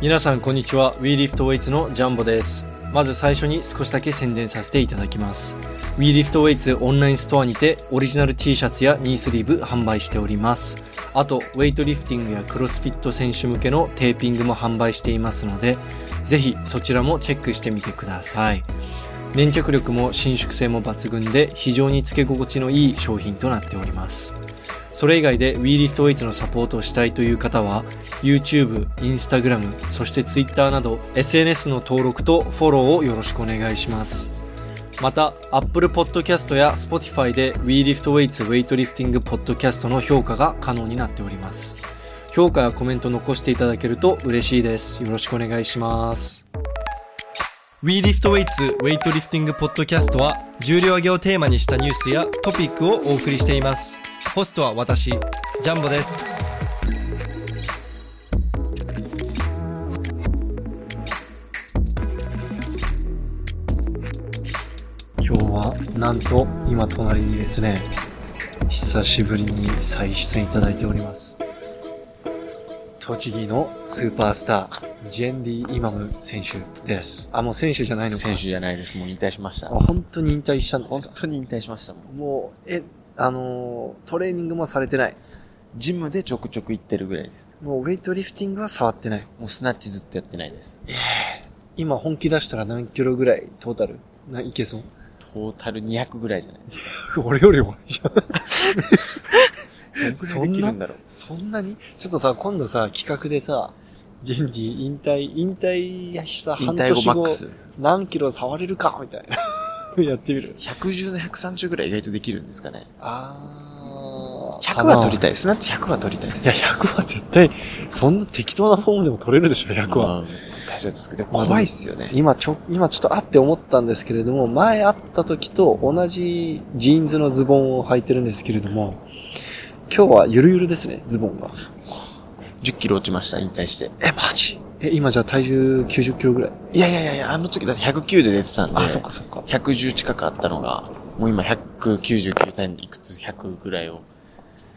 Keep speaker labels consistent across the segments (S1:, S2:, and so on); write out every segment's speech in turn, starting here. S1: 皆さんこんにちは WeLiftWeights のジャンボですまず最初に少しだけ宣伝させていただきます WeLiftWeights オンラインストアにてオリジナル T シャツやニースリーブ販売しておりますあとウェイトリフティングやクロスフィット選手向けのテーピングも販売していますのでぜひそちらもチェックしてみてください粘着力も伸縮性も抜群で非常につけ心地のいい商品となっておりますそれ以外で WeLiftWeights のサポートをしたいという方は YouTube、Instagram、そして Twitter など SNS の登録とフォローをよろしくお願いしますまた Apple Podcast や Spotify で WeLiftWeights ウェイトリフティングポッドキャストの評価が可能になっております評価やコメント残していただけると嬉しいですよろしくお願いします WeLiftWeights ウェイトリフティングポッドキャストは重量挙げをテーマにしたニュースやトピックをお送りしていますホストは私ジャンボです今日はなんと今隣にですね久しぶりに再出演いただいております栃木のスーパースタージェンディ・イマム選手ですあもう選手じゃないのか
S2: 選手じゃないです。もう引退しました。
S1: あ本当に引退したんです
S2: 本
S1: か
S2: 当に引退しましたもん。
S1: もうえあのートレーニングもされてない
S2: ジムでちょくちょく行ってるぐらいです。
S1: もうウェイトリフティングは触ってない
S2: もうスナッチずっとやってないです。
S1: 今本気出したら何キロぐらいトータルないけそう
S2: トータル200ぐらいじゃないです
S1: 俺より多いじゃん
S2: か。どんぐらいできるんだろう。
S1: そんなにちょっとさ、今度さ、企画でさ、ジェンディ引退、引退した
S2: 引
S1: 半
S2: 退後
S1: 年後
S2: マックス。
S1: 何キロ触れるかみたいな。 やってみる。
S2: 110の130ぐらい意外とできるんですかね。
S1: あー。
S2: 100は取り
S1: い。
S2: たい。スナッチ100は取りたいで
S1: い
S2: す。
S1: や、100は絶対、そんな適当なフォームでも取れるでしょ、100は。
S2: まあ大丈夫ですけど、怖いっすよね。
S1: 今ちょ、今ちょっと会って思ったんですけれども、前会った時と同じジーンズのズボンを履いてるんですけれども、今日はゆるゆるですね、ズボンが。
S2: 10キロ落ちました、引退して。
S1: え、マジえ、今じゃあ体重90キロぐらい。
S2: いやいやいやいや、あの時だって109で出てたんで、
S1: あ、そっかそっか。
S2: 110近くあったのが、もう今199点いくつ100ぐらいを。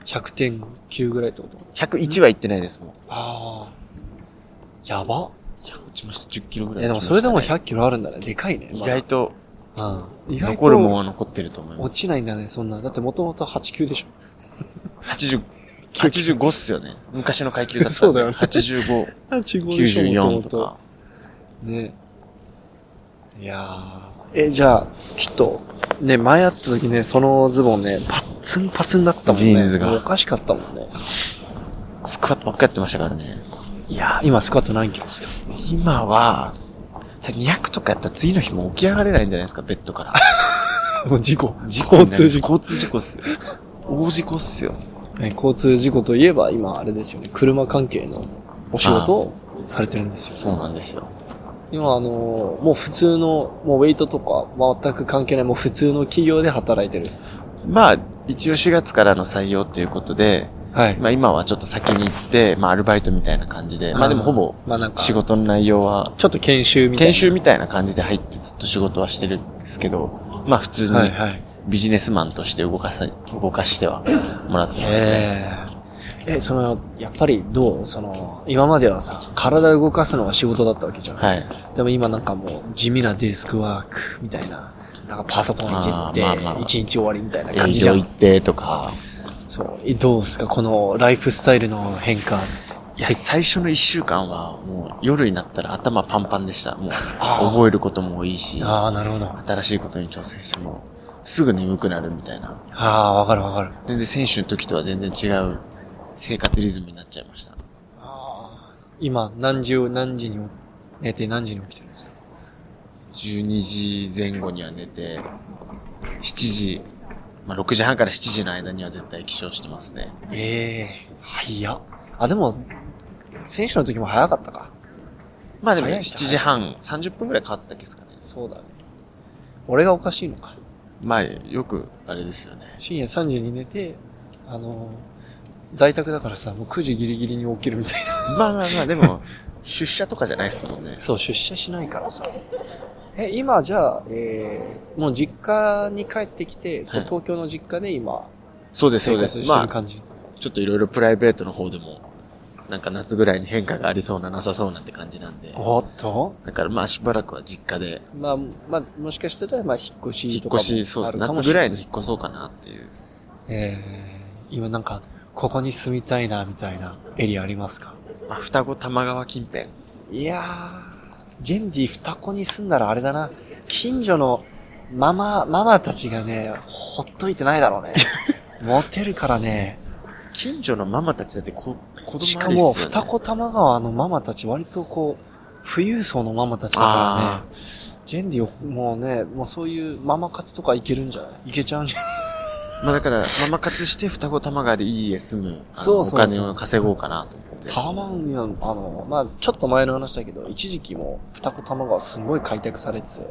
S1: 100.9ぐらいってこと
S2: 101は行ってないですもん。
S1: ああ。やば。
S2: いや、落ちました。10キロぐらい。
S1: え、でもそれでも100キロあるんだね。でかいね。
S2: 意外と、
S1: まだ。うん。意外と
S2: 残るもんは残ってると思いま
S1: 落
S2: す。
S1: ちないんだね、そんな。だってもともと8級でし
S2: 80、85っすよね。昔の階級だったんで。
S1: そうだよね
S2: 85、
S1: ょ。85
S2: 94とか。
S1: ね。いやー。え、じゃあ、ちょっと、ね、前会った時ね、そのズボンね、パッツンパツンだったもんね。
S2: ジーンズが
S1: おかしかったもんね。
S2: スクワットばっかやってましたからね。
S1: いやー、今スクワット何キロですか
S2: 今は、200とかやったら次の日も起き上がれないんじゃないですか、ベッド から。
S1: もう事故。
S2: になる交通事故っすよ。大事故っすよ。
S1: ね交通事故といえば今あれですよね、車関係のお仕事をされてるんですよ。
S2: そうなんですよ。
S1: 今あのー、もう普通の、もうウェイトとか全く関係ない、もう普通の企業で働いてる。
S2: まあ、一応4月からの採用っていうことで、
S1: はい。
S2: まあ今はちょっと先に行って、まあアルバイトみたいな感じで、まあでもほぼ
S1: まあなんか、
S2: 仕事の内容は
S1: ちょっと研修みたいな。
S2: 研修みたいな感じで入ってずっと仕事はしてるんですけど、まあ普通に
S1: はいはい。
S2: ビジネスマンとして動かさ、動かしてはもらってますね。
S1: えー、え、その、やっぱりどうその、今まではさ、体を動かすのが仕事だったわけじゃん。
S2: はい。
S1: でも今なんかもう、地味なデスクワークみたいな。なんかパソコンいじって
S2: あーまあまあ、
S1: 一日終わりみたいな感
S2: 営
S1: じじゃ
S2: 業
S1: ん
S2: 行。ってとか、
S1: そう。えどうですかこのライフスタイルの変化。
S2: いや、最初の一週間はもう夜になったら頭パンパンでした。もう
S1: あー
S2: 覚えることも多いし、
S1: ああ、なるほど。あ
S2: 新しいことに挑戦してもすぐ眠くなるみたいな。
S1: あ、わかるわかる。
S2: 全然選手の時とは全然違う生活リズムになっちゃいました。
S1: あー今、何時を、何時に寝て何時に起きてるんですか
S2: 12時前後には寝て、7時、まあ、6時半から7時の間には絶対起床してますね。
S1: ええ早っ。あ、でも、選手の時も早かったか。
S2: まあでも
S1: 早い
S2: 7
S1: っちゃ
S2: 時半、30分くらい変わったっけですかね。
S1: そうだね。俺がおかしいのか。
S2: まあよく、あれですよね。
S1: 深夜3時に寝て、あのー在宅だからさ、もう9時ギリギリに起きるみたいな。
S2: まあまあまあ、でも、出社とかじゃないですもん ね。
S1: そう、出社しないからさ。え、今じゃあ、えー、もう実家に帰ってきて、こう
S2: はい
S1: 東京の実家で今、
S2: そうです、そ
S1: 生
S2: うで
S1: 活
S2: す。
S1: して
S2: ま
S1: る
S2: あ、
S1: 感じ。
S2: ちょっといろいろプライベートの方でも、なんか夏ぐらいに変化がありそうな、なさそうなって感じなんで。
S1: おっと
S2: だからまあしばらくは実家で、
S1: まあ、まあ、もしかしたら、まあ、引っ越し
S2: 引っ
S1: とかも
S2: 越し、そうで
S1: あ
S2: す。
S1: るか
S2: 夏
S1: も
S2: ぐ
S1: しれ
S2: ら
S1: ない
S2: いに引っ越そうかなっていう。
S1: えー、今なんか、ここに住みたいな、みたいなエリアありますか
S2: まあ双子玉川近辺。
S1: いやー、ジェンディ双子に住んだらあれだな、近所のママ、ママたちがね、ほっといてないだ ろうね。モテるからね。
S2: 近所のママたちだってこ子供ありっす
S1: し
S2: よ
S1: か
S2: ね
S1: も、双子玉川のママたち、割とこう、富裕層のママたちだから
S2: あ
S1: ね、ジェンディをもうね、もうそういうママ活とかいけるんじゃないいけちゃうんじゃない
S2: あ。まあだから、ママ活して双子玉川でいい家住む。あの
S1: そうそうそう
S2: お金を稼ごうかなと思って。
S1: タマンには、あの、まあちょっと前の話だけど、一時期もう双子玉川すごい開拓されてて、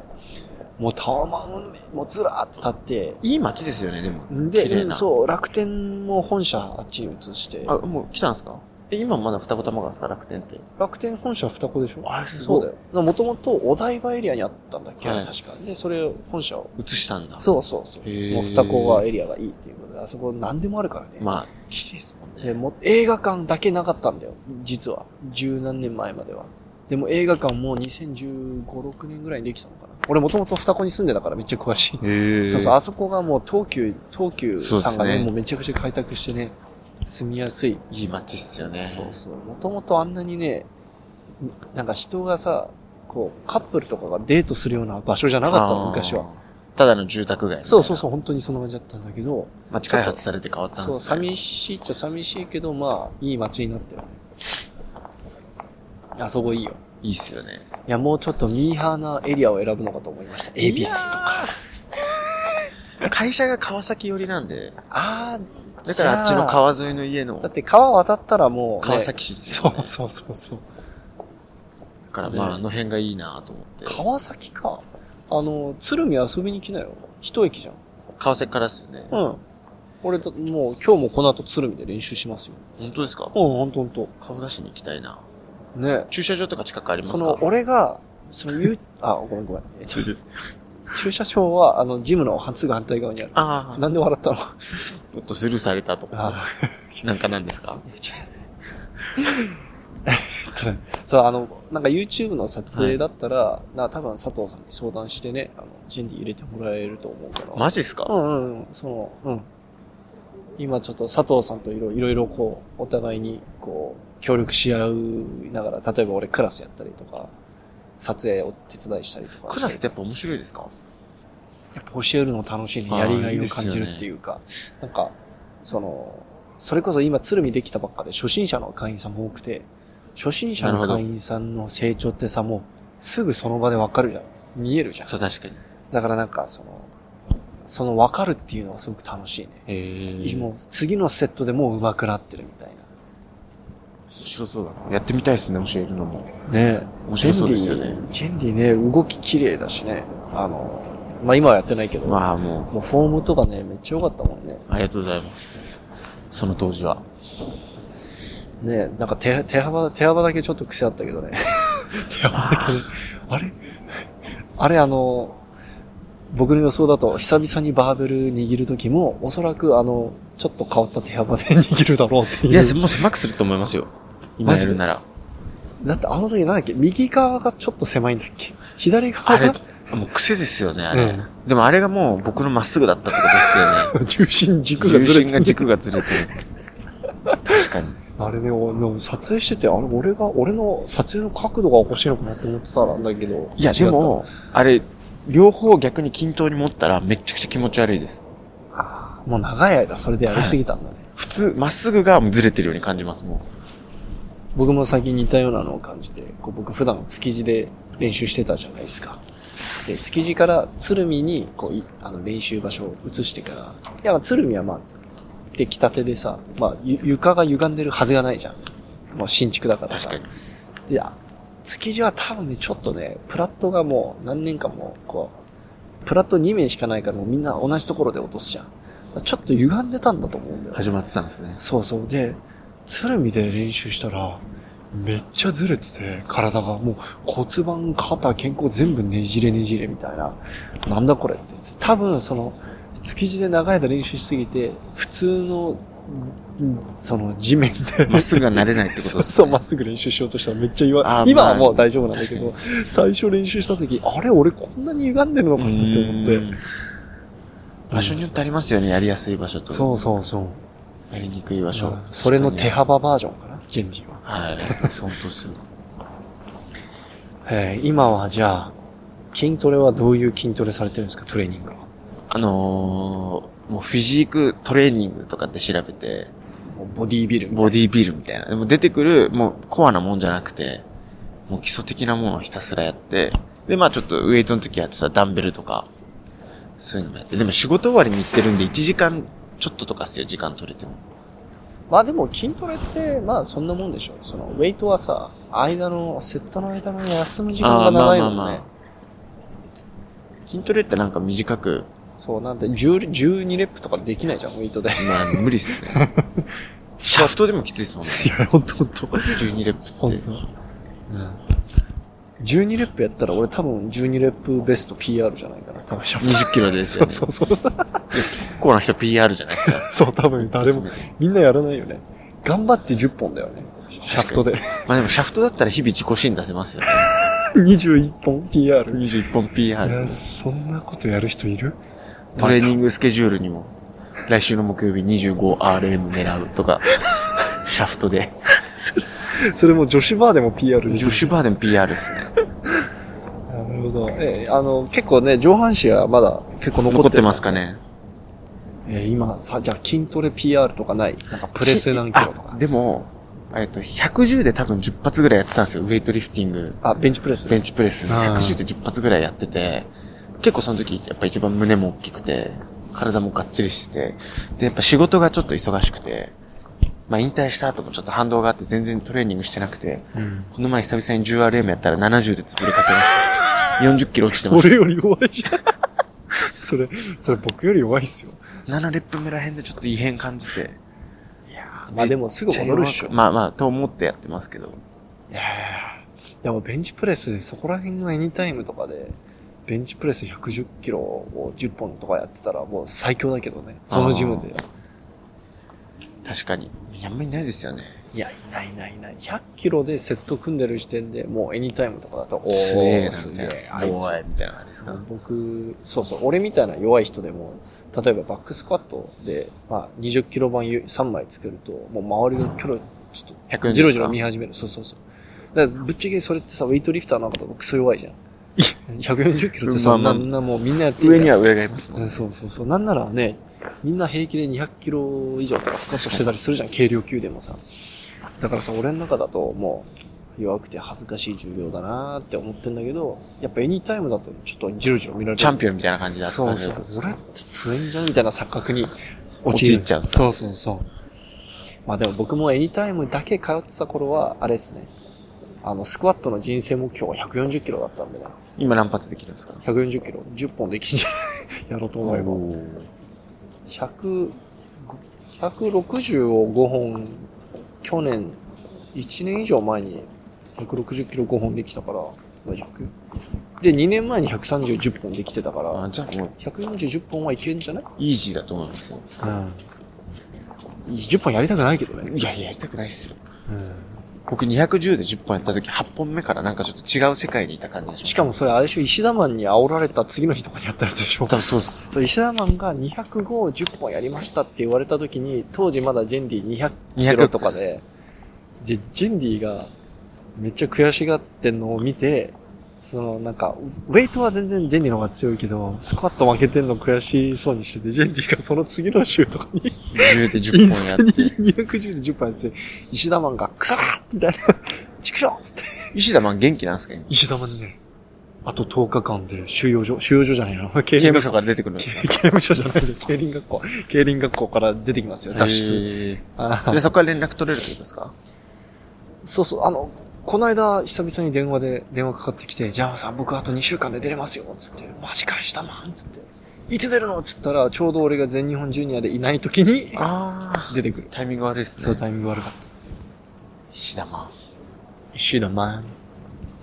S1: もうタワマンもうずらーって立って、
S2: いい街ですよね、でも。綺麗
S1: で、
S2: な。
S1: そう、楽天も本社あっちに移して、
S2: あ、もう来たんですかえ、今まだ双子玉川ですか楽天って。
S1: 楽天本社は双子でしょ
S2: あ
S1: そうだよ。もともとお台場エリアにあったんだっけ、
S2: はい
S1: 確か。で、それを本社を。
S2: 移したんだ。
S1: そうそうそう。
S2: へー
S1: もう双子はエリアがいいっていうことで、あそこ何でもあるからね。
S2: まあ、綺麗ですもん
S1: で
S2: ね。
S1: も映画館だけなかったんだよ、実は。十何年前までは。でも映画館も2015、6年ぐらいにできたのかな。俺もともと双子に住んでたからめっちゃ詳しい。
S2: へ
S1: そうそう、あそこがもう東急、東急さんが
S2: そうで
S1: ね、
S2: すね
S1: もうめちゃくちゃ開拓してね、住みやすい。
S2: いい街っすよね。
S1: そうそう。もともとあんなにね、なんか人がさ、こう、カップルとかがデートするような場所じゃなかった
S2: あ
S1: の、
S2: ー
S1: 昔は。。
S2: ただの住宅街。
S1: そうそう
S2: う。
S1: そう、本当にそんな感じだったんだけど、
S2: 街開発されて変わったんで
S1: そ
S2: す
S1: う、寂しいっちゃ寂しいけど、まあ、いい街になったよね。あそこいいよ。
S2: いいっすよね。
S1: いや、もうちょっとミーハーなエリアを選ぶのかと思いました。恵比寿とか。
S2: か。会社が川崎寄りなんで、
S1: ああ、
S2: だからあっちの。川沿いの家の
S1: だって川渡ったらもう、ね、
S2: 川崎市です
S1: そ
S2: よ、
S1: う
S2: ね。
S1: そうそう そう。
S2: だからま
S1: ね
S2: あ、あの辺がいいなと思って。
S1: 川崎か。あの、鶴見遊びに来なよ。一駅じゃん。
S2: 川崎からっすよね。
S1: うん。俺と、もう今日もこの後鶴見で練習しますよ。
S2: 本当ですか
S1: うん、ほんとほんと。
S2: 顔出しに行きたいな。
S1: ね。
S2: 駐車場とか近くあります
S1: そ
S2: か
S1: の、俺が、そ の、ゆう、あ、ごめんごめん。えっと
S2: そうです
S1: 駐車場は、あの、ジムのすぐ反対側にある。
S2: ああ、
S1: なんで笑ったの
S2: ちょっとスルーされたとか。
S1: あ、
S2: なんかなんですか
S1: ちょ そう、あの、なんか YouTube の撮影だったら、な、多分佐藤さんに相談してね、あの、ジンディ入れてもらえると思うから。
S2: マジですか、
S1: うんうんうん、その、うん。今ちょっと佐藤さんといろいろいろこう、お互いにこう、協力し合いながら、例えば俺クラスやったりとか、撮影を手伝いしたりとか
S2: ク
S1: して
S2: ラスってやっぱ面白いですか
S1: やっぱ教えるの楽しいね、
S2: あー
S1: やりがいを感じるっていうか、なんか、その、それこそ今鶴見できたばっかで初心者の会員さんも多くて、初心者
S2: な
S1: の
S2: るほど
S1: 会員さんの成長ってさ、もうすぐその場でわかるじゃん。見えるじゃん。
S2: そう、確かに。
S1: だからなんか、その、そのわかるっていうのがすごく楽しいね。
S2: へ
S1: もう次のセットでもう上手くなってるみたい
S2: 面白そうだな。やってみたいですね、教えるのも。
S1: な。ね
S2: 面
S1: ジェン
S2: 白そう
S1: デ
S2: ですよね
S1: ィ、ジェンディね、動き綺麗だしね。あの、まあ、今はやってないけど、
S2: まあも
S1: もうフォームとかね、めっちゃ良かったもんね。
S2: う、ありがとうございます。その当時は。
S1: ねなんか手、手幅、手幅だけちょっと癖あったけ どね。手幅だけね、 あれあれあの、僕の予想だと、久々にバーベル握るときも、おそらくあの、ちょっと変わった手幅で 握るだろうっていう。
S2: いや、もう狭くすると思いますよ。今
S1: マジ
S2: や
S1: で
S2: るなら。
S1: だってあの時なんだっけ右側がちょっと狭いんだっけ左
S2: あ
S1: 側
S2: れ
S1: が、
S2: もう癖ですよね、あれ。
S1: うん
S2: でもあれがもう僕のまっすぐだったってことですよ
S1: 重
S2: ね。
S1: 心軸が
S2: 重
S1: ずれ
S2: 心
S1: て
S2: が
S1: る。
S2: 軸がずれてる。確かに。
S1: あれね、俺でも撮影してて、あれ俺が、俺の撮影の角度がおかしいのかなって思ってたんだけど。
S2: いや、
S1: 違った
S2: で、も、あれ、両方逆に均等に持ったらめちゃくちゃ気持ち悪いです。
S1: もう長い間それでやりすぎたんだね。
S2: 普通、まっすぐがずれてるように感じます、も
S1: 僕も最近似たようなのを感じて、こう僕普段築地で練習してたじゃないですか。で、築地から鶴見に、こうい、あの練習場所を移してから、いや、まあ鶴見はまあ、出来たてでさ、まあ、ゆ床が歪んでるはずがないじゃん。もう新築だか
S2: う。
S1: ら
S2: 確
S1: さ
S2: か。に。
S1: で、あ築地は多分ね、ちょっとね、プラットがもう何年かも、こう、プラット2面しかないからもうみんな同じところで落とすじゃん。だからちょっと歪んでたんだと思うんだよね。
S2: 始まってたんですね。
S1: そうそう。で、鶴見で練習したら、めっちゃずれてて、体がもう骨盤、肩、肩甲全部ねじれねじれみたいな。なんだこれって。多分、その、築地で長い間練習しすぎて、普通のその地面で
S2: まっすぐが慣れないってこ
S1: そ
S2: と
S1: う
S2: ですね。
S1: そう、まっすぐ練習しようとしたらめっちゃ言わ
S2: あ、ー
S1: 今
S2: ま
S1: は
S2: あ
S1: もう大丈夫なんだけど、最初練習した時、あれ俺こんなに歪んでるのかなって思って。
S2: うん場所によってありますよね、やりやすい場所と。
S1: そうそうそう。
S2: やりにくい場所。
S1: それの手幅バージョンかな、ジェンディは。
S2: はい。そうとする。
S1: えー今はじゃあ、筋トレはどういう筋トレされてるんですか、トレーニングは。
S2: あのー、もうフィジークトレーニングとかって調べて、
S1: ボディービル
S2: ボディービルみたいな。でも出てくる、もうコアなもんじゃなくて、もう基礎的なものをひたすらやって、で、まあちょっとウエイトの時やってたダンベルとか、そういうのもやって、でも仕事終わりに行ってるんで1時間ちょっととかっすよ、時間取れても。
S1: まあでも筋トレって、まあそんなもんでしょ。その、ウェイトはさ、間の、セットの間の休む時間が長いもんね。
S2: あーまあまあま筋トレってなんか短く、
S1: そう、なんで10、12レップとかできないじゃん、ウェイトで。
S2: まあ無理っす ね。シャフトでもきついっすもんね。
S1: い や、ほんとほんと。
S2: 12レッ
S1: ほ
S2: プ
S1: ん
S2: って
S1: と。。うん。12レップやったら俺多分12レップベスト PR じゃないかな。多分シャフト。
S2: 20キロですよね。
S1: そうそう。
S2: 結構な人 PR じゃないですか。
S1: そう、多分 誰も
S2: 集めて
S1: みんなやらないよね。頑張って10本だよね。シャフトで。
S2: まあでもシャフトだったら日々自己診出せます よね。
S1: 21本 PR。い
S2: 21本 PR。
S1: そんなことやる人いる
S2: トレーニ
S1: グ。
S2: ングスケジュールにも、来週の木曜日 25RM 狙うと か、シャフトで。
S1: それも女子バーでも PR でき
S2: 女
S1: る
S2: 子バーデン PR ですね。
S1: なるほど。えーあの、結構ね、上半身はまだ結構残ってる
S2: 残ってますか。ね。
S1: えー今、さ、じゃあ筋トレ PR とかないなんかプレス何キロと
S2: あ
S1: か。
S2: でも、えっと、110で多分10発ぐらいやってたんですよ。ウェイトリフティング、
S1: あ、ベンチプレス
S2: ベンチプレス。
S1: あー
S2: 110で10発ぐらいやってて、結構その時、やっぱ一番胸も大きくて、体もがっちりしてて、で、やっぱ仕事がちょっと忙しくて、まあ引退した後もちょっと反動があって全然トレーニングしてなくて、
S1: うん。
S2: この前久々に 10RM やったら70で潰れかけました。40キロ落ちてまし
S1: 俺
S2: た。
S1: より弱いじゃん。それ、それ僕より弱いっすよ。
S2: 7レップ目らへんでちょっと異変感じて。
S1: いやまあでもすぐ戻るっしょ。
S2: まあまあ、と思ってやってますけど。
S1: いやーでもベンチプレス、そこら辺のエニタイムとかで、ベンチプレス110キロを10本とかやってたらもう最強だけどね。そのジムで。
S2: 確かに。あんまりないですよね。
S1: いや、いないいないいない。100キロでセット組んでる時点でもうエニタイムとかだと、お
S2: すげえ
S1: ー、
S2: な、
S1: す
S2: み
S1: げ
S2: たい
S1: え、
S2: な。
S1: あい
S2: お
S1: つ
S2: い。みたいな感じですか。
S1: 僕、そうそう、俺みたいな弱い人でも、例えばバックスクワットで、まあ、20キロ版3枚作ると、もう周りがキョロ、ちょっと
S2: 140
S1: ジロジロ見始める。そうそうそう。だからぶっちゃけそれってさ、ウェイトリフターなんかとかクソ弱いじゃん。140キロってさ、
S2: まあまあ
S1: なんなもうみんなやってんじゃ
S2: 上
S1: ん
S2: には上がいますも
S1: う
S2: んね
S1: ん。そうそうそう。なんならね、みんな平気で200キロ以上とかスカッとしてたりするじゃん、軽量級でもさ。だからさ、俺の中だともう弱くて恥ずかしい重量だなーって思ってんだけど、やっぱエニタイムだとちょっとジロジロ見られて
S2: チャン
S1: オ
S2: ピオンみたいな感じで扱
S1: そ
S2: わ
S1: う
S2: れる
S1: そ
S2: っ
S1: う
S2: てことです。
S1: 俺って強いんじゃんみたいな錯覚に
S2: 陥っちゃうんですか
S1: そうそうそう。まあでも僕もエニタイムだけ通ってた頃は、あれですね。あの、スクワットの人生目標が140キロだったんでね。
S2: 今何発できるんですか
S1: 140キロ、10本できんじゃないやろうと思えば。100 160を5本、去年、1年以上前に160キロ5本できたから、まあ100で、2年前に130、10本できてたから、
S2: あじゃあもう、
S1: 140、10本はいけんじゃない
S2: イージーだと思いますよ。
S1: うん。10本やりたくないけどね。
S2: いやいや、やりたくないっすよ。
S1: うん。
S2: 僕210で10本やった時、8本目からなんかちょっと違う世界にいた感じがします。
S1: しかもそれ、あれでしょ、石田マンに煽られた次の日とかにやったやつでしょ
S2: 多。分そうっす。
S1: そう、石田マンが205を10本やりましたって言われた時に、当時まだジェンディ200キロとかで、ジェジェンディがめっちゃ悔しがってんのを見て、そのなんか、ウェイトは全然ジェンディの方が強いけど、スクワット負けてんの悔しそうにしてて、ジェンディがその次の週とかに、
S2: 10で
S1: イン
S2: 10
S1: ス
S2: 本や
S1: タ
S2: っ
S1: に
S2: て。
S1: 210で10本やってて、石田マンがクソーみたいな、チクショーっつって。
S2: 石田マン元気なんですか今。
S1: 石田マンね、あと10日間で収容所、収容所じゃないの、
S2: 刑
S1: 刑
S2: 務所から出てくるんですか
S1: 刑務所じゃないで、競輪学校、競輪学校から出てきますよ、脱出。
S2: へ
S1: あ
S2: ー
S1: ー
S2: で、そこから連絡取れるってことですか
S1: そうそう、あの、この間、久々に電話で、電話かかってきて、ジャムさん、僕あと2週間で出れますよ、つって、マジかしたまん、つって。いつ出るのつったら、ちょうど俺が全日本ジュニアでいない時に、
S2: あ
S1: 出てくる。
S2: タイミング悪いっす
S1: そう、
S2: ね。
S1: タイミング悪かった。
S2: 石田マン。
S1: 一週だ、まん。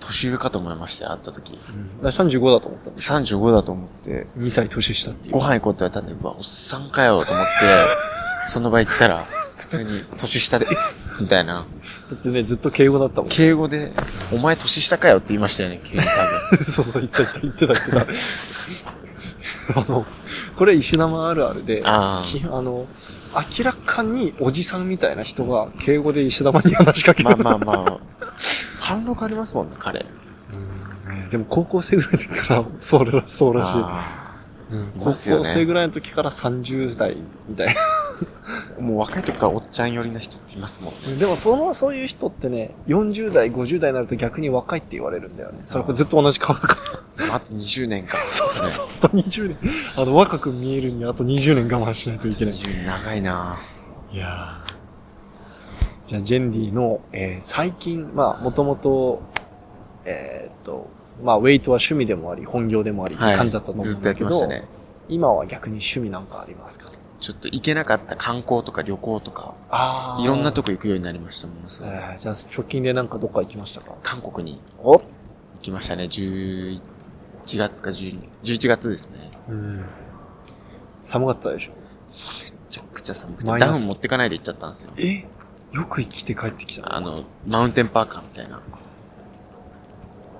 S2: 年上かと思いまして、会った時。
S1: うん。だから35だと思ったんです。
S2: 35だと思って、
S1: 2歳年下ってい
S2: ご
S1: う。
S2: 飯行こうって言われたんで、うわ、おっさんかよと思って、その場行ったら、普通に、年下で、みたいな。
S1: だってね、ずっと敬語だった もん。
S2: 敬語で、お前年下かよって言いましたよね、急に多
S1: そうそう、言った言った言ってた言ってた。あの、これ石生あるあるで、
S2: 分。あ
S1: きあの、明らかにおじさんみたいな人が敬語で石玉に話しかけ
S2: あ。
S1: る。
S2: まあまあまあ。貫禄ありますもんね、彼。
S1: うんでも高校生ぐらいの時からそうらそうらしい。
S2: あ
S1: うん
S2: い
S1: 高
S2: ますよね
S1: 校生ぐらいの時から30代みたいな。
S2: ーもう若い時からおっちゃん寄りな人っていますもんね。
S1: でもその、そういう人ってね、40代、50代になると逆に若いって言われるんだよね。それこれずっと同じ顔だから。
S2: あと20年か。
S1: そうそうそう。あと20年。あの、若く見えるにあと20年我慢しないといけない。
S2: 20年長いなぁ
S1: いやーじゃあ、ジェンディの、えー最近、まあ、もともと、えーっと、まあ、ウェイトは趣味でもあり、本業でもありって感じだったと思う
S2: ずっ
S1: ん
S2: と
S1: だ
S2: やっ
S1: け
S2: て
S1: ど、
S2: ましたね。
S1: 今は逆に趣味なんかありますか
S2: ちょっと行けなかった観光とか旅行とか、
S1: あ
S2: いろんなとこ行くようになりましたものす
S1: え
S2: ごい。
S1: ーじゃあ、直近でなんかどっか行きましたか
S2: 韓国に
S1: お
S2: 行きましたね。11月か12、11月ですね。
S1: うん。寒かったでしょ
S2: めちゃくちゃ寒くて、
S1: マイナ
S2: ダウ
S1: ス
S2: ン持ってかないで行っちゃったんですよ。
S1: えよく生きて帰ってきた
S2: あ
S1: の
S2: の、マウンテンパーカーみたいな。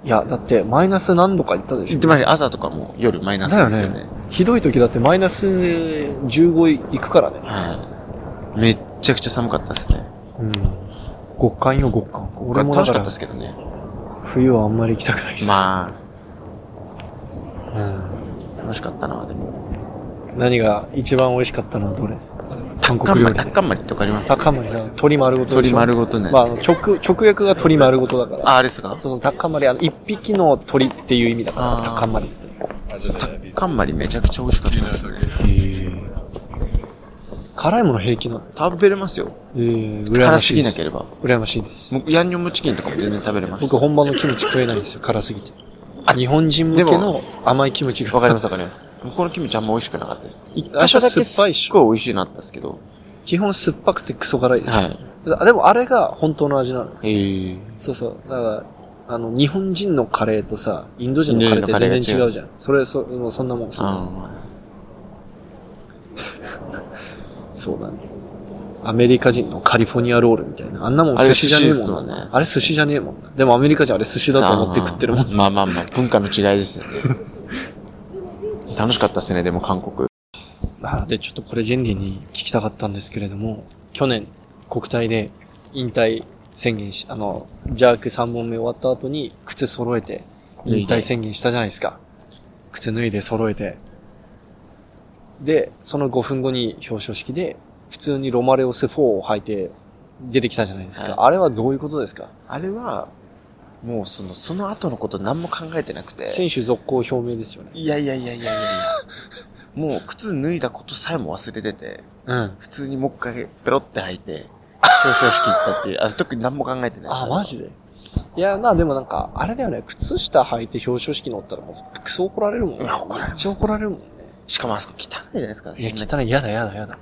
S1: いや、だって、マイナス何度か行ったでしょ
S2: 行ってました。朝とかも夜マイナスですよ
S1: だ
S2: ね。
S1: ひどい時だってマイナス15行くからね。
S2: はい。めっちゃくちゃ寒かったですね。
S1: うん。極寒よ、極寒。俺もだ
S2: 楽し
S1: か
S2: かった
S1: ら
S2: で、すけどね。
S1: 冬はあんまり行きたくないです。
S2: ま
S1: あ。
S2: あ、楽しかったな、でも。
S1: うん。何が一番美味しかったのはどれ韓
S2: タッカン
S1: 国
S2: マ
S1: 料
S2: リ、
S1: 理
S2: タ
S1: で
S2: ッ。カンマリってわかります
S1: 高森だ。鶏丸ごとでし
S2: 鳥
S1: ょ
S2: 丸ごとね。
S1: まあ、あの直、直訳が鶏丸ごとだから。
S2: あ、あれですか
S1: そうそう、高森、あの、一匹の鳥っていう意味だ
S2: あ
S1: から、
S2: ー
S1: 高森って。
S2: タッカンマリめちゃくちゃ美味しかったですね。
S1: 辛いもの平気なの
S2: 食べれますよ。
S1: えー、羨ま
S2: 辛
S1: し
S2: す
S1: い
S2: ぎ
S1: で
S2: な
S1: す
S2: け。れば。
S1: 羨ましいです。
S2: 僕、ヤンニョムチキンとかも全然食べれまし
S1: 僕本場のキムチ食えないんですよ、辛すぎて。日本人向け
S2: で
S1: の
S2: も
S1: 甘いキムチが。
S2: た。わかりますわかります。向こうのキムチあんま美味しくなかったです。一箇
S1: あ
S2: 所だけ
S1: 酸
S2: す
S1: っ
S2: っ
S1: ぱいっしょ
S2: ごい美味しいなったんですけど。
S1: 基本酸っぱくてクソ辛いです。
S2: はい。
S1: あでもあれが本当の味なの。
S2: えー、
S1: そうそう。だから、あの、日本人のカレーとさ、インド人のカレーって
S2: インド人のカレーが違
S1: 全
S2: う
S1: 然違うじゃん。それ、そ、もうそんなもん。そんなもん
S2: あ
S1: そうだね。アメリカ人のカリフォニアロールみたいな。あんなもん
S2: あれ
S1: 寿司じゃねえ
S2: 寿司です
S1: も
S2: も
S1: ん
S2: ん
S1: な
S2: ね
S1: あれ寿司じゃねえもんな。でもアメリカ人あれ寿司だと思って食ってるもん。
S2: まあまあまあ、文化の違いですよね。楽しかったですね、でも韓国。
S1: あで、ちょっとこれジェンリーに聞きたかったんですけれども、去年、国体で引退宣言し、あの、ジャーク3本目終わった後に、靴揃えて、
S2: 脱
S1: 引
S2: いで
S1: 退宣言したじゃないですか。靴脱いで揃えて。で、その5分後に表彰式で、普通にロマレオス4を履いて出てきたじゃないですか。
S2: はい
S1: あれはどういうことですか
S2: あれは、もうその、その後のこと何も考えてなくて。
S1: 選手続行表明ですよね。
S2: いやいやいやいやいやいや。もう靴脱いだことさえも忘れてて、
S1: うん。
S2: 普通にもう一回ペロって履いて、表彰式行ったっていう、あ特に何も考えてない
S1: あ、マジでいや、まあでもなんか、あれだよね、靴下履いて表彰式乗ったらもう、クソ怒られるもんね。
S2: いや怒られます
S1: めっちゃ怒られるもんね。
S2: しかもあそこ汚いじゃないですか。
S1: いや、汚い、やだ、やだ、やだ。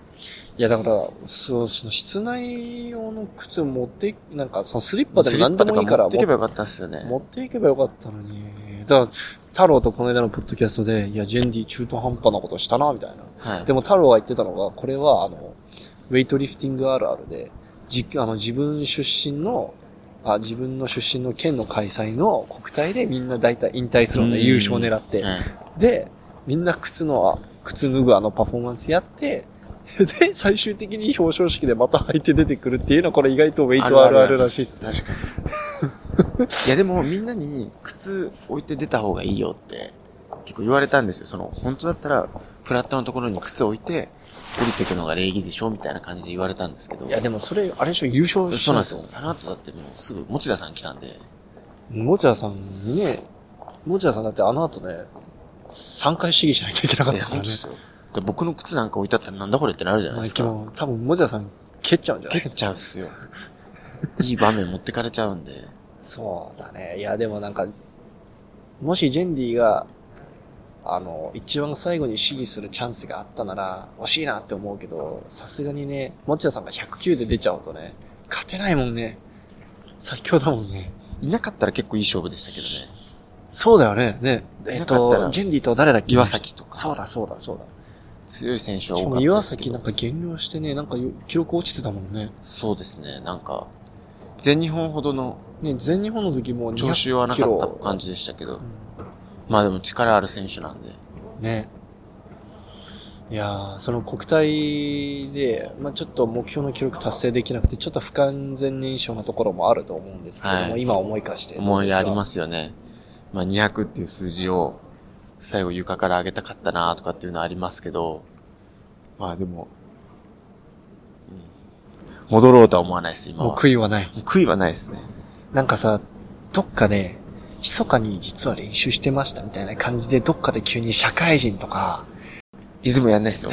S1: いや、だから、そう、その、室内用の靴を持ってい、なんか、そのスリッパでも何でもいいから、
S2: 持ってけばよかったっすよね。
S1: 持っていけばよかったのに。だから、太郎とこの間のポッドキャストで、いや、ジェンディ中途半端なことしたな、みたいな。
S2: はい。
S1: でも太郎が言ってたのが、これは、あの、ウェイトリフティングあるあるで、じ、あの、自分出身の、あ、自分の出身の県の開催の国体でみんな大体引退するんだよ、
S2: うん
S1: 優勝狙って。
S2: はい
S1: で、みんな靴の、あ靴脱ぐあのパフォーマンスやって、 で、最終的に表彰式でまた履いて出てくるっていうのは、これ意外とウェイトあるあるらしいっす。
S2: 確かに。いや、でもみんなに靴置いて出た方がいいよって結構言われたんですよ。その、本当だったら、フラットのところに靴置いて、降りてくのが礼儀でしょみたいな感じで言われたんですけど。
S1: いや、でもそれ、あれでしょ、優勝し
S2: そうなんですよ。あの後だってもうすぐ、持田さん来たんで。
S1: もちゃさんね、もちゃさんだってあの後ね、3回試技しなきゃいけなかっ
S2: え、
S1: たか
S2: 本
S1: ら
S2: 当
S1: ね
S2: で。すよ。で僕の靴なんか置いてあったらなんだこれってなるじゃない
S1: まあ、
S2: です
S1: で
S2: か。
S1: も多分もちゃさん蹴っちゃうんじゃな
S2: 蹴
S1: い
S2: っちゃうっすよ。いい場面持ってかれちゃうんで。
S1: そうだね。いや、でもなんか、もしジェンディが、あの、一番最後に試技するチャンスがあったなら、惜しいなって思うけど、さすがにね、もちゃさんが109で出ちゃうとね、勝てないもんね。最強だもんね。
S2: いなかったら結構いい勝負でしたけどね。
S1: そうだよね。ね。えっ
S2: なかった
S1: と、
S2: ら
S1: ジェンディと誰だっけ
S2: 岩崎とか。
S1: そうだそうだそうだ。
S2: 強い選手は
S1: しか
S2: 多かっ
S1: も
S2: た
S1: 岩
S2: ですけ
S1: 崎
S2: ど
S1: なんか減量してね、なんかよ記録落ちてたもんね。
S2: そうですね、なんか、全日本ほどの
S1: ね、全日本の時も200キロ
S2: 調子はなかった感じでしたけど、まあでも力ある選手なんで、
S1: ね。いやー、その国体で、まあちょっと目標の記録達成できなくて、ちょっと不完全燃焼なところもあると思うんですけれども、
S2: はい
S1: 今思い返してど
S2: 思
S1: うで
S2: い
S1: す
S2: あ
S1: か。。
S2: りますすよね。まあ200っていう数字を最後床から上げたかったなとかっていうのはありますけど、まあでも、うん戻ろうとは思わないです、今
S1: もう
S2: は。
S1: 悔いはない。
S2: もう悔いはないですね。
S1: なんかさ、どっかで、密かに実は練習してましたみたいな感じで、どっかで急に社会人とか、
S2: いつもやんな いですよ。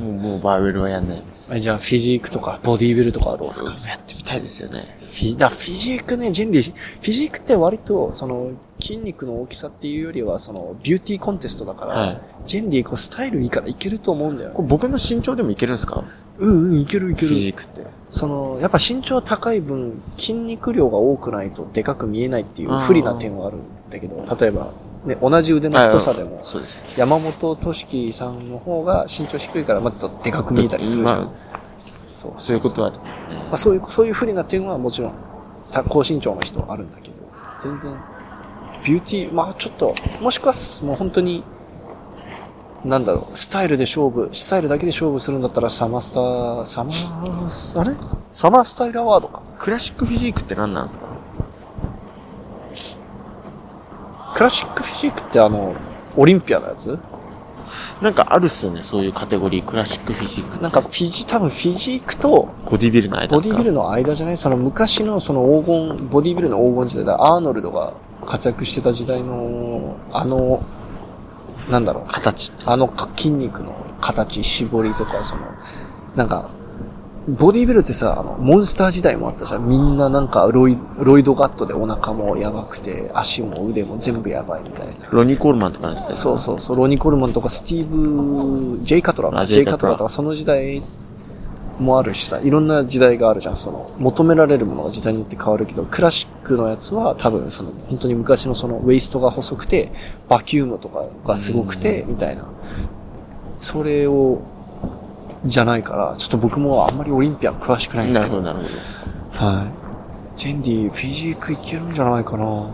S2: もうもう、もうバーベルはやんないです。
S1: あじゃあフィジークとかボディービルとかはどうですか、
S2: やってみたいですよね。
S1: フィだフィジークね、ジェンディ、フィジークって割と、その、筋肉の大きさっていうよりは、その、ビューティーコンテストだから、
S2: はい。
S1: ジェンディこうスタイルいいからいけると思うんだよね。
S2: これ僕の身長でもいけるんですか
S1: うんうん、いけるいけ
S2: フィ
S1: る。
S2: ジークって。
S1: その、やっぱ身長高い分、筋肉量が多くないとでかく見えないっていう
S2: あー
S1: 不利な点はあるんだけど、例えば、ね、同じ腕の太さでも、
S2: そうです。
S1: 山本俊樹さんの方が身長低いから、まあちょっとでかく見えたりするじゃん。
S2: ま
S1: そう
S2: あ、そういうことはあるん
S1: まあ、
S2: ですね。
S1: そういう、そういう不利な点はもちろん、た高身長の人はあるんだけど、全然、ビューティー、まあちょっと、もしくは、もう本当に、なんだろう、スタイルで勝負、スタイルだけで勝負するんだったら、サマスター、サマー、あれサマースタイルアワードか。
S2: クラシックフィジークって何なんですか
S1: クラシックフィジークってあの、オリンピアのやつ
S2: なんかあるっすよね、そういうカテゴリー、クラシックフィジーク。
S1: なんかフィジ、多分フィジークと
S2: ボディビルの間
S1: ボ
S2: です
S1: デ
S2: か
S1: ィビルの間じゃないその昔のその黄金、ボディビルの黄金時代だ。アーノルドが活躍してた時代の、あの、なんだろう。
S2: 形って。
S1: あのか筋肉の形、絞りとか、その、なんか、ボディービルってさ、あの、モンスター時代もあったじゃん。みんななんかロイ、ロイドガットでお腹もやばくて、足も腕も全部やばいみたいな。
S2: ロニー・コールマンとかの時代
S1: そうそうそう、ロニコルマンとかスティーブ、ジェイカトラか、
S2: あ
S1: ジェイ
S2: J
S1: カトラ
S2: カトラ
S1: とかその時代もあるしさ、いろんな時代があるじゃん。その、求められるものが時代によって変わるけど、クラシックのやつは多分その、本当に昔のそのウエストが細くて、バキュームとかがすごくて、みたいな。それを、じゃないから、ちょっと僕もあんまりオリンピア詳しくないんです
S2: な
S1: け
S2: るほ
S1: ど。
S2: ど、なるほど。
S1: はい。ジェンディ、フィジークいけるんじゃないかな。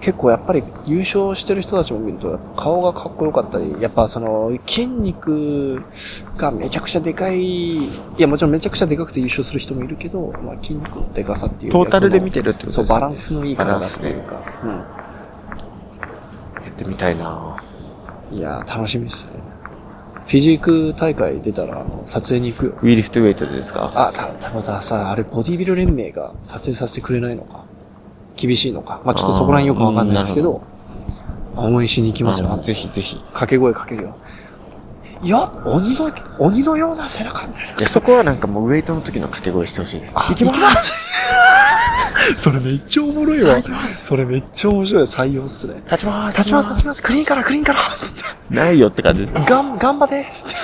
S1: 結構やっぱり優勝してる人たちも見ると顔がかっこよかったり、やっぱその筋肉がめちゃくちゃでかい、いやもちろんめちゃくちゃでかくて優勝する人もいるけど、まあ筋肉のでかさっていう
S2: トータルで見
S1: る
S2: てるってことです
S1: そ
S2: よ
S1: う、
S2: ね。
S1: バランスのいい
S2: バ
S1: 体
S2: ラン
S1: っ
S2: ス
S1: ていう
S2: ね。
S1: か、
S2: やってみたいな
S1: うん。いやー楽しみですね。フィジーク大会出たら、あの、撮影に行くよ。
S2: ウィーリフトウェイトでですか
S1: あ、た、たまたさ、あれ、ボディビル連盟が撮影させてくれないのか。厳しいのか。まあちょっとそこら辺よくわかんないですけど、応援しに行きますよ。
S2: あ
S1: あ
S2: の
S1: の
S2: ぜひぜひ。い
S1: 掛け声かけるよ。いや、鬼の、鬼のような背中みたいな。
S2: や、そこはなんかもうウェイトの時のカテゴリーしてほしいです。
S1: 行きます それめっちゃおもろいわ。それめっちゃ面白い。採用っすね。
S2: 立ちまーす。
S1: 立ちます、立ちます。クリーンから、クリーンから。つって。
S2: ないよって感じです。
S1: ガン、ガンバですって。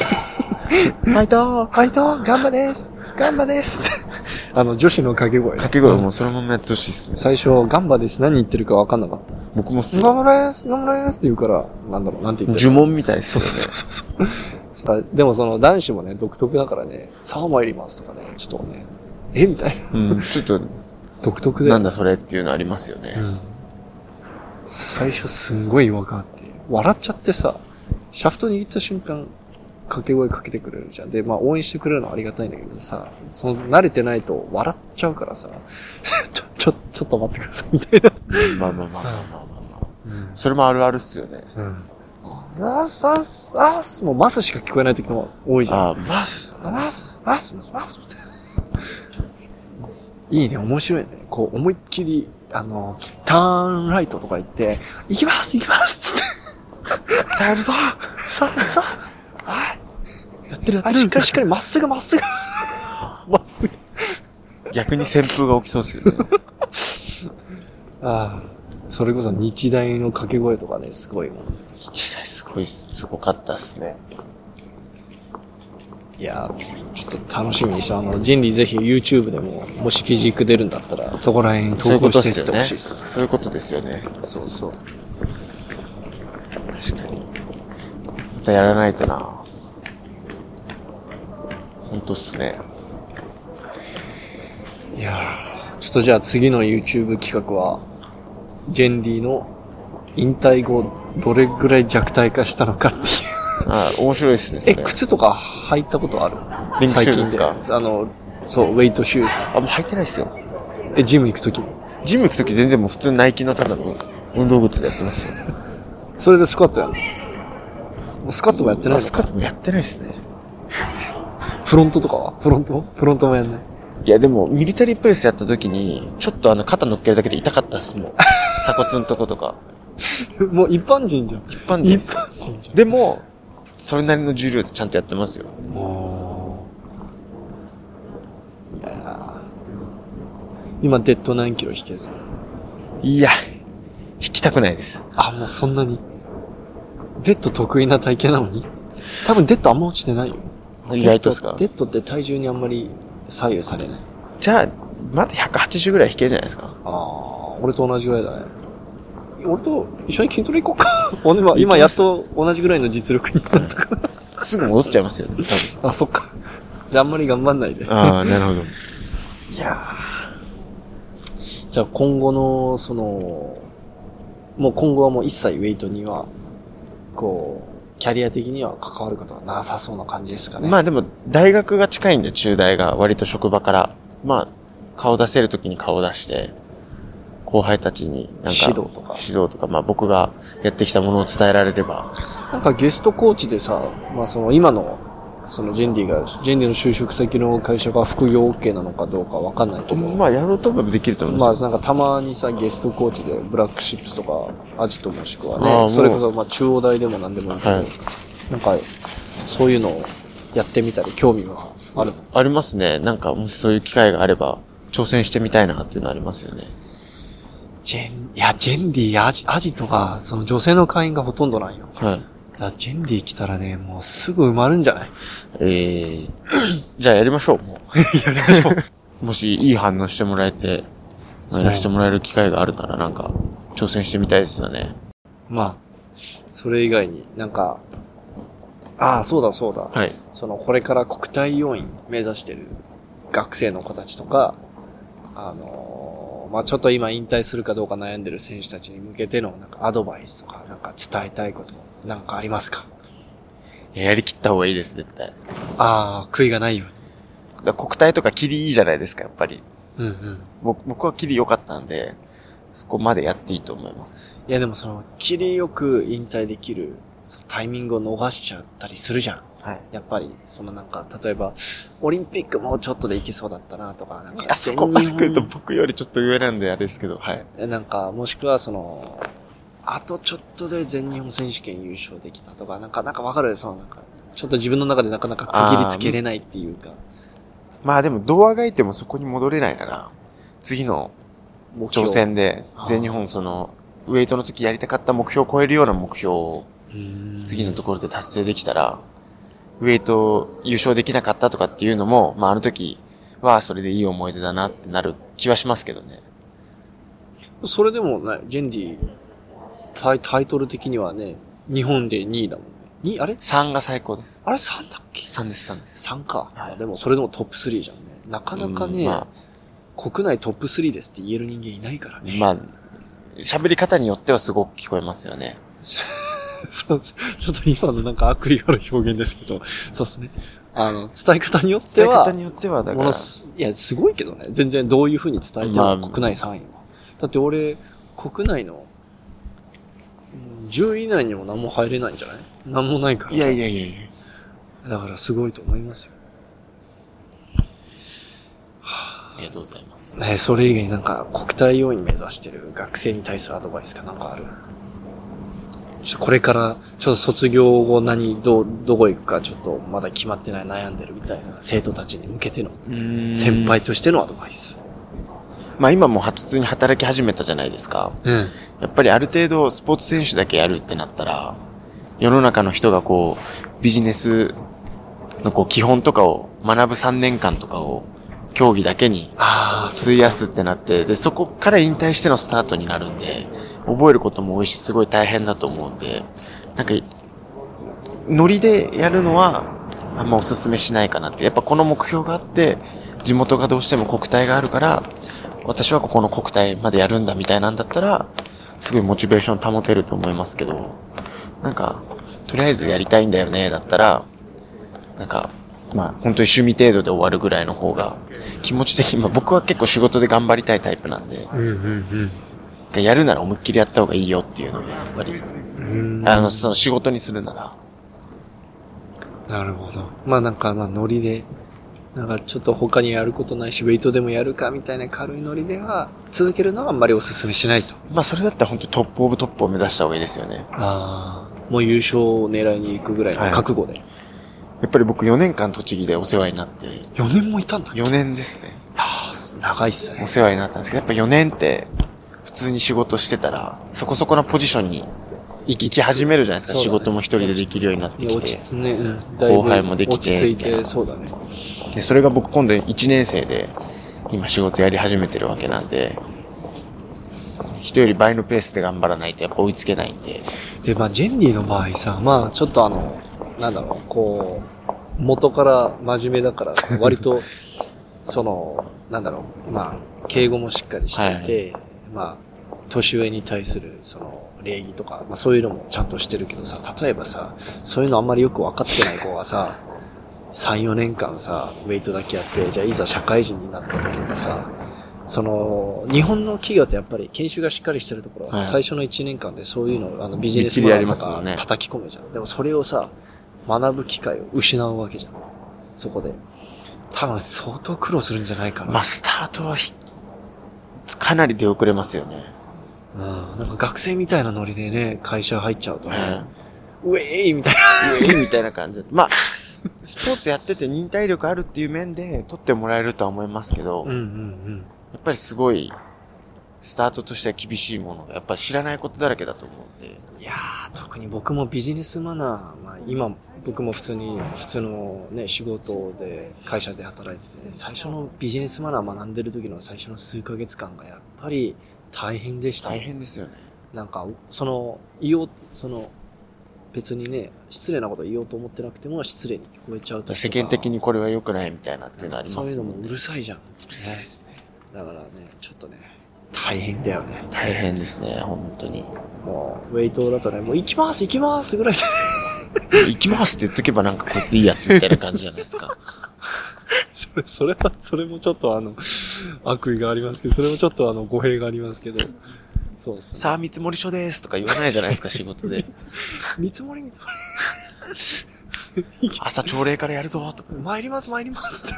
S2: ファイター
S1: ファイト、ガンバです。ガンバですって。あの、女子の掛け声。
S2: 掛け声もうそのままやってほしいっすね。
S1: 最初、ガンバです。何言ってるか分かんなかった。
S2: 僕もっす
S1: ガ
S2: よ。
S1: ムライス、ガムライスって言うから、なんだろう、なんて言って
S2: 呪文みたいで
S1: そ
S2: す
S1: う
S2: よね。
S1: そうそうそう。さでもその男子もね、独特だからね、沢参りますとかね、ちょっとね、えみたいな。
S2: うん、ちょっと、
S1: 独特で。
S2: なんだそれっていうのありますよね。
S1: うん最初すんごい違和感あって、笑っちゃってさ、シャフト握った瞬間、掛け声かけてくれるじゃん。で、まあ応援してくれるのはありがたいんだけどさ、その慣れてないと笑っちゃうからさ、 ちょ、ちょ、ちょっと待ってくださいみたいな。
S2: まあまあまあまあまあまあまあ。それもあるあるっすよね。
S1: あーす、あーす、あーす、もうマスしか聞こえない時も多いじゃん。
S2: あ、バス。
S1: ますますますますみたいな。いいね、面白いね。こう、思いっきり、あの、ターンライトとか言って、行きます行きますつって、
S2: さえるぞ
S1: さあ、さあ、はい、
S2: やってる
S1: はい、しっかりしっかり、まっすぐまっすぐ。まっすぐ。
S2: 逆に旋風が起きそうっすよね。
S1: ああ、それこそ日大の掛け声とかね、すごいもんね。
S2: 実際すごい、すごかったっすね。
S1: いやーちょっと楽しみにして、あの、人類ぜひ YouTube でも、もしフィジーク出るんだったら、そこら辺
S2: そうい
S1: 投
S2: うこ
S1: 稿
S2: と
S1: し
S2: って
S1: いっ
S2: すよ
S1: てほ
S2: ね。
S1: しいです。
S2: そういうことですよね。
S1: そうそう。
S2: 確かに。ぱやらないとな。ほんとっすね。
S1: いやーちょっとじゃあ次の YouTube 企画は、ジェンディの引退後、どれぐらい弱体化したのかっていう。
S2: あ、面白いっすね、そ
S1: え、
S2: れ。
S1: 靴とか履いたことある
S2: リンクシューズですか
S1: 最近で。あの、そう、ウェイトシューズ。
S2: あ、もう履いてないっすよ。
S1: え、ジム行くときも。
S2: ジム行くとき全然もう普通ナイキのただの運動靴でやってますよ。
S1: それでスクワットやんのもうスクワットもやってない
S2: あ
S1: の
S2: スカットもやってないっすね。
S1: フロントとかはフロントフロントもやんない。
S2: いや、でも、ミリタリープレスやったときに、ちょっとあの、肩乗っけるだけで痛かったっすもん。 鎖骨のとことか。
S1: もう一般人じゃん。
S2: 一般
S1: 一
S2: ですよ
S1: 般人じ
S2: でも、それなりの重量でちゃんとやってますよ。
S1: ゃん。もう。いやー今、デッド何キロ引けず
S2: いや、引きたくないです。
S1: あ、もうそんなに。デッド得意な体型なのに多分デッドあんま落ちてないよ。
S2: 意外とですか
S1: デッドデッドって体重にあんまり左右されない。
S2: じゃあ、まだ180ぐらい引けるじゃないですか。
S1: ああ、俺と同じぐらいだね。俺と一緒に筋トレ行こうか。 俺は今やっと同じぐらいの実力になったから。
S2: すぐ戻っちゃいますよね、多分。
S1: あ、そっか。じゃああんまり頑張んないで。
S2: ああ、なるほど。
S1: いやーじゃあ今後の、その、もう今後はもう一切ウェイトには、こう、キャリア的には関わることはなさそうな感じですかね。
S2: まあでも、大学が近いんで、中大が割と職場から、まあ、顔出せるときに顔出して、後輩たちに、なんか、
S1: 指導とか
S2: 指導とか、まあ僕がやってきたものを伝えられれば、
S1: なんかゲストコーチでさ、まあその今の、そのジェンディが、ジェンディの就職先の会社が副業 OK なのかどうかわかんないけど、
S2: まあやろうと思えばできると思い
S1: ま
S2: ま
S1: あ
S2: すよ。
S1: なんかたまにさ、ゲストコーチでブラックシップスとか、アジトもしくは
S2: ああも
S1: ね、
S2: う
S1: それこそまあ中央大でも何でもいいけど、
S2: はい
S1: なんかそういうのをやってみたり興味はあるの
S2: ありますね。なんか、もしそういう機会があれば、挑戦してみたいなっていうのありますよね。
S1: ジェン、いや、ジェンディ、アジ、アジトが、その女性の会員がほとんどなんよ。
S2: はい。
S1: だからジェンディ来たらね、もうすぐ埋まるんじゃない
S2: えー、じゃあやりましょう、も う。やりましょ う。もし、いい反応してもらえて、ま
S1: そ
S2: あ
S1: う
S2: やらせてもらえる機会があるなら、なんか、挑戦してみたいですよね。
S1: まあ、それ以外になんか、ああ、そうだそうだ。
S2: はい。
S1: その、これから国体要員目指してる学生の子たちとか、あのーまあ、ちょっと今引退するかどうか悩んでる選手たちに向けてのなんかアドバイスとか、なんか伝えたいこと、なんかありますか
S2: やりきった方がいいです、絶対。
S1: ああ、悔いがないよ
S2: だから国体とかキリいいじゃないですか、やっぱり。
S1: うに。うんうん。
S2: 僕僕はキリ良かったんで、そこまでやっていいと思います。
S1: いやでもその、切りよく引退できる、そのタイミングを逃しちゃったりするじゃん。
S2: はい。
S1: やっぱり、そのなんか、例えば、オリンピックもうちょっとでいけそうだったなとか、なんか、
S2: あそこまで来ると
S1: 全日
S2: 僕よりちょっと上なんであれですけど、はい。
S1: 本なんか、もしくはその、あとちょっとで全日本選手権優勝できたとか、なんか、なんかわかるそのなんか、ちょっと自分の中でなかなか区切りつけれないっていうか、
S2: まあでも、どうあがいてもそこに戻れないなら、次の
S1: 目標
S2: 挑。戦で
S1: あ、ー
S2: 全日本その、ウェイトの時やりたかった目標を超えるような目標を次
S1: 次
S2: の
S1: の。
S2: ところで達成できたら、ウェイト優勝できなかったとかっていうのも、まああの時はそれでいい思い出だなってなる気はしますけどね。
S1: それでもね、ジェンディ、タイタイトル的にはね、日本で2位だもんね。2あれ
S2: 3が最高です。
S1: あれ3だっけ
S2: 3です、3です。
S1: 3か。
S2: はい
S1: まあでもそれでもトップ3じゃんね。なかなかね、
S2: うんま
S1: 国内トップ3ですって言える人間いないからね。
S2: まあ、喋り方によってはすごく聞こえますよね。
S1: そうちょっと今のなんか悪意ある表現ですけど、そうですね。あの、伝え方によって
S2: 伝え
S1: は、
S2: 方によっては、だか
S1: も
S2: ら
S1: の、す、いや、すごいけどね。全然どういう風に伝えて
S2: ま
S1: も
S2: あ
S1: 国内3位は。だって俺、国内の、うん10位以内にも何も入れないんじゃない何もないからさ
S2: いやいやいやいや。
S1: だからすごいと思いますよ。
S2: ありがとうございます。
S1: えーそれ以外になんか国体要員目指してる学生に対するアドバイスかなんかあるちょこれから、ちょっと卒業後何、どう、どこ行くかちょっとまだ決まってない悩んでるみたいな生徒たちに向けての先輩としてのアドバイス。
S2: まあ今もは普通に働き始めたじゃないですか。
S1: うん。
S2: やっぱりある程度スポーツ選手だけやるってなったら、世の中の人がこう、ビジネスのこう基本とかを学ぶ3年間とかを競技だけに
S1: ああ、そう。
S2: 費やすってなって、で、そこから引退してのスタートになるんで、覚えることも多いし、すごい大変だと思うんで、なんか、ノリでやるのは、あんまおすすめしないかなって。やっぱこの目標があって、地元がどうしても国体があるから、私はここの国体までやるんだみたいなんだったら、すごいモチベーション保てると思いますけど、なんか、とりあえずやりたいんだよね、だったら、なんか、まあ、本当に趣味程度で終わるぐらいの方が、気持ち的に、まあ僕は結構仕事で頑張りたいタイプなんで、
S1: うんうん
S2: やるなら思いっきりやった方がいいよっていうのが、やっぱり、
S1: うん。
S2: あの、その仕事にするなら、
S1: なるほど。まあなんか、まあノリで、なんかちょっと他にやることないし、ウェイトでもやるかみたいな軽いノリでは、続けるのはあんまりお勧めしないと。
S2: まあそれだったら本当にトップオブトップを目指した方がいいですよね。
S1: ああ。もう優勝を狙いに行くぐらいの覚悟で。
S2: やっぱり僕4年間栃木でお世話になって、
S1: 4年もいたんだ。
S2: 4年ですね。
S1: ああ、長いっすね
S2: お。世話になったんですけど、やっぱ4年って、普通に仕事してたら、そこそこのポジションに
S1: 行
S2: 行き始めるじゃないですか。
S1: そうだ
S2: 仕
S1: ね
S2: 事も一人でできるようになって
S1: いや
S2: き
S1: 落ち
S2: て。
S1: 着ね、うん、だいぶ
S2: 後輩もできて
S1: 落ち着い
S2: みたい
S1: て、
S2: な
S1: そうだね。
S2: で、それが僕今度1年生で、今仕事やり始めてるわけなんで、人より倍のペースで頑張らないとやっぱ追いつけないんで。
S1: で、まあ、ジェンディの場合さ、まあ、ちょっとあの、なんだろう、こう、元から真面目だから、割 と、その、なんだろう、まあ、敬語もしっかりしていて、まあ、年上に対する、その、礼儀とか、まあ、そういうのもちゃんとしてるけどさ、例えばさ、そういうのあんまりよく分かってない子がさ、3、4年間さ、ウェイトだけやって、じゃあいざ社会人になった時にさ、その、日本の企業ってやっぱり研修がしっかりしてるところは、
S2: はい
S1: 最初の1年間でそういうの、あの、ビジネス
S2: みっちりやり
S1: マナー
S2: ます
S1: と
S2: も
S1: か
S2: んね
S1: 叩き込むじゃん。でもそれをさ、学ぶ機会を失うわけじゃん。そこで。多分相当苦労するんじゃないかな。
S2: まあ、スタートはひ、かなり出遅れますよね。
S1: うん。なんか学生みたいなノリでね、会社入っちゃうと
S2: う
S1: ね、
S2: ん。
S1: ウェイみたいな。
S2: みたいな感じで。まあ、スポーツやってて忍耐力あるっていう面で取ってもらえるとは思いますけど、
S1: うんうん
S2: や
S1: うん。
S2: っぱりすごい、スタートとしては厳しいものが、やっぱ知らないことだらけだと思うんで。
S1: いやー、特に僕もビジネスマナー、まあ、今、僕も普通に、普通のね、仕事で、会社で働いてて、最初のビジネスマナー学んでる時の最初の数ヶ月間がやっぱり大変でした。
S2: 大変ですよね。
S1: なんか、その、言おう、その、別にね、失礼なこと言おうと思ってなくても失礼に聞こえちゃうと
S2: 世間的にこれは良くないみたいなっていうのありま
S1: そういう
S2: す
S1: の
S2: よね。
S1: もうるさいじゃん。ね。
S2: です
S1: だからね、ちょっとね、大変だよね。
S2: 大変ですね、本当に。
S1: もう、ウェイトだとね、もう行きます行きますぐらいで
S2: 行きますって言っとけばなんかこいついいやつみたいな感じじゃないですか。
S1: それ、それは、それもちょっとあの、悪意がありますけど、それもちょっとあの、語弊がありますけど、そうそう。
S2: さあ、見積もり書ですとか言わないじゃないですか、仕 事で。
S1: 見積もり見積も
S2: 朝朝礼からやるぞとか。
S1: り、参ります参ります っ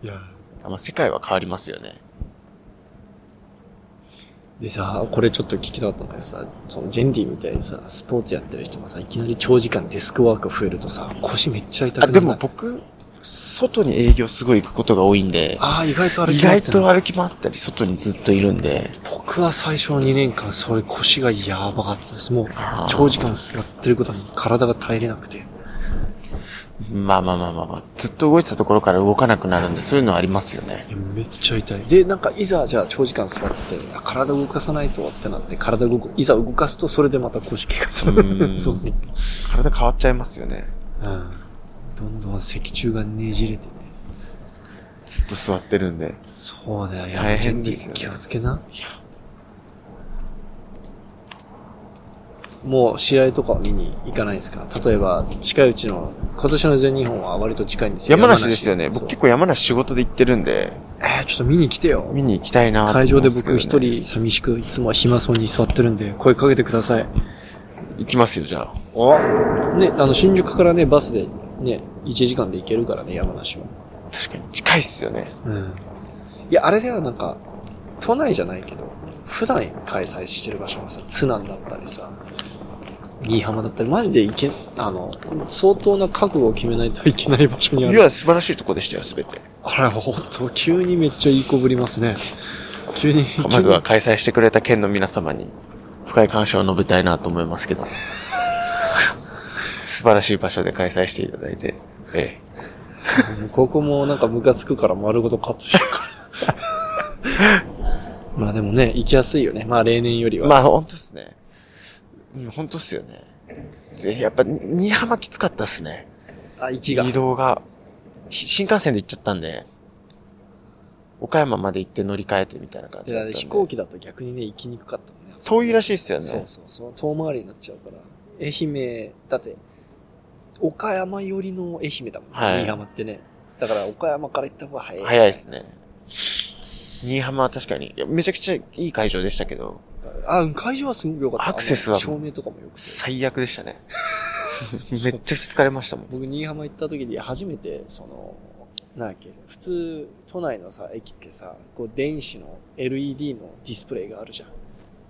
S1: て。いや。
S2: まあ、世界は変わりますよね。
S1: でさ、これちょっと聞きたかったんだけどさ、そのジェンディみたいにさ、スポーツやってる人がさ、いきなり長時間デスクワーク増えるとさ、腰めっちゃ痛くな
S2: あ、
S1: る。
S2: でも僕、外に営業すごい行くことが多いんで、
S1: ああ、意外とあれ
S2: 意外と
S1: あ
S2: 歩き回ったり、外にずっといるんで、
S1: 僕は最初の2年間、それ腰がやばかったです。もう
S2: あ、ー
S1: 長時間やってることに体が耐えれなくて。
S2: まあまあまあまあまあ、ずっと動いてたところから動かなくなるんで、そういうのはありますよね。
S1: いやめっちゃ痛い。で、なんか、いざ、じゃあ、長時間座ってて、あ体動かさないとってなって、体動く、いざ動かすと、それでまた腰怪我す
S2: う
S1: る。
S2: ん
S1: そうそうそう。
S2: 体変わっちゃいますよね。
S1: うん。どんどん脊柱がねじれてね。
S2: ずっと座ってるんで。
S1: そうだよ、や
S2: 大
S1: めて
S2: 変ですよね
S1: 気をつけな。
S2: いや、
S1: もう、試合とかは見に行かないですか例えば、近いうちの、今年の全日本は割と近いんですよ。
S2: 山梨ですよね。
S1: そう
S2: 僕結構山梨仕事で行ってるんで、
S1: えー、ちょっと見に来てよ。
S2: 見に行きたいなと思うん
S1: 会場です
S2: けど
S1: 僕
S2: ね
S1: 一。人寂しく、いつも暇そうに座ってるんで、声かけてください。
S2: 行きますよ、じゃあ。
S1: おね、あの、新宿からね、バスでね、1時間で行けるからね、山梨は。
S2: 確かに近いっすよね。
S1: うん。いや、あれではなんか、都内じゃないけど、普段開催してる場所がさ、津南だったりさ、新居浜だったり、マジで行け、あの、相当な覚悟を決めないといけない場所にあ
S2: い
S1: る。
S2: や、素晴らしいとこでしたよ、すべて。
S1: あら、ほんと、急にめっちゃいいこぶりますね。急に。
S2: まずは開催してくれた県の皆様に深い感謝を述べたいなと思います けど。素晴らしい場所で開催していただいて。え
S1: もうここもなんかムカつくから丸ごとカットしてる から。まあでもね、行きやすいよね。まあ例年より
S2: え。
S1: は。
S2: まあ、ほんとっすね。うん、ほんとっすよね。でやっぱ、新居浜きつかったっすね。
S1: あ、息が。
S2: 移動が。ひ新幹線で行っちゃったんで、岡山まで行って乗り換えてみたいな感じ
S1: じ
S2: だ
S1: ゃ
S2: ったんで。
S1: 飛行機だと逆にね、行きにくかったもんね。
S2: 遠いらしいっすよね。
S1: そうそうそう。遠回りになっちゃうから。愛媛、だって、岡山寄りの愛媛だもんね。
S2: はい
S1: 新居浜ってね。だから岡山から行った方が早い。
S2: 早いですね。新居浜は確かに、いやめちゃくちゃいい会場でしたけど、
S1: あ、うん会場はすごく良かった。
S2: アクセスは
S1: あの照明とかもよくて。
S2: 最悪でした ね。めっちゃ疲れましたもん。
S1: 僕、新居浜行った時に初めて、その、なんだっけ、普通、都内のさ、駅ってさ、こう、電子の LED のディスプレイがあるじゃん。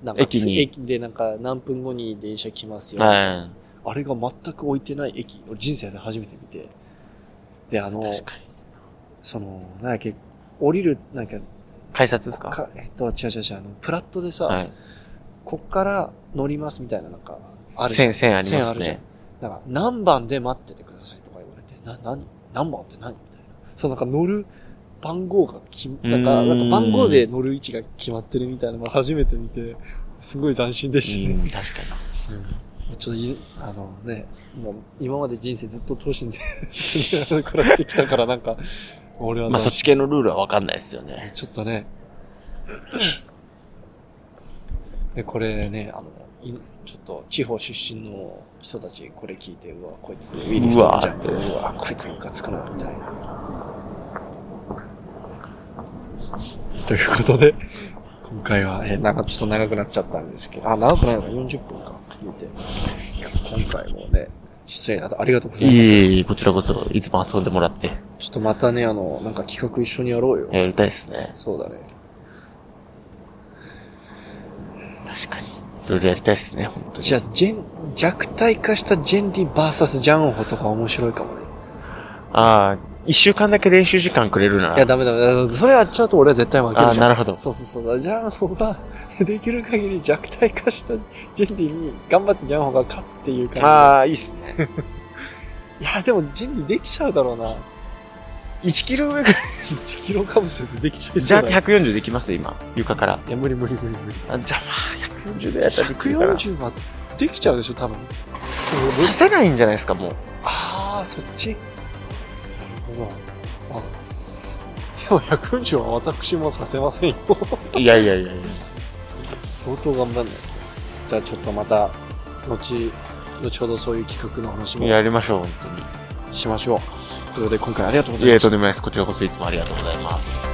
S1: なんか
S2: 駅に
S1: 駅でなんか、何分後に電車来ますよ。
S2: は
S1: あれが全く置いてない駅、俺人生で初めて見て。で、あの
S2: い。、確かに。
S1: その、なんやっけ、降りる、なんか、
S2: 改札ですか
S1: かえっと、違う違う違う、あの、プラットでさ、
S2: はい。
S1: こっから乗りますみたいな、なんか、あるじゃん。
S2: 線、線あり
S1: 線
S2: ま
S1: あ
S2: す
S1: るじゃん
S2: ね。。
S1: なんか、何番で待っててくださいとか言われて、な、何何番って何みたいな。そう、なんか乗る番号がき、なんか、
S2: う
S1: な
S2: ーん
S1: んか番号で乗る位置が決まってるみたいなのを初めて見て、すごい斬新でした
S2: う
S1: ね。
S2: ん、確かに。
S1: うんちょっとい、あのね、もう、今まで人生ずっと投資で 暮らしてきたから、なんか、俺は
S2: まあ
S1: 斬
S2: そ
S1: 新
S2: っち系のルールはわかんないですよね。
S1: ちょっとね。で、これね、あの、いちょっと地方出身の人たち、これ聞いて、うわ、こいつ、ウィリフトじゃん。
S2: うわ
S1: うわ、こいつムカつくな、みたいな。ということで、今回は、え、なんかちょっと長くなっちゃったんですけど、あ、長くないのか、40分か、聞いて。いや今回もね、出演あありがとうございます。
S2: いい、こちらこそ、いつも遊んでもらって、
S1: ちょっとまたね、あの、なんか企画一緒にやろうよ。
S2: やりたいですね。
S1: そうだね。
S2: 確かに。いろいろやりたいですね、本当に。
S1: じゃあ、ジェン、弱体化したジェンディバーサスジャンホとか面白いかもね。
S2: ああ、一週間だけ練習時間くれるない
S1: や、ダメダメだ。それやっちゃうと俺は絶対負けるじゃん。
S2: ああ、なるほど。
S1: そうそうそう。ジャンホが、できる限り弱体化したジェンディに頑張ってジャンホが勝つっていう感
S2: ああ、いいっすね。
S1: じ。いや、でもジェンディできちゃうだろうな。
S2: 1キロ上ぐらい。
S1: 1キロかぶせてできちゃい
S2: じ
S1: そう
S2: ゃあ
S1: だ。い
S2: 140できます今。床から。
S1: や、無理無理無理無理。
S2: あじゃあまあ、140でやったらできるかな。
S1: 140はできちゃうでしょ、多分。
S2: 刺せないんじゃないですか、もう。
S1: ああ、そっち。なるほど。あ、でも140は私もさせませんよ。
S2: いやいやいやいや。
S1: 相当頑張んないとじゃあちょっとまた後後ほどそういう企画の話も
S2: やりましょう、本当に。
S1: しましょうということで今回ありがとうござ
S2: い
S1: い
S2: や、
S1: まし
S2: と
S1: た
S2: んでもないです。こちらこそいつもありがとうございます。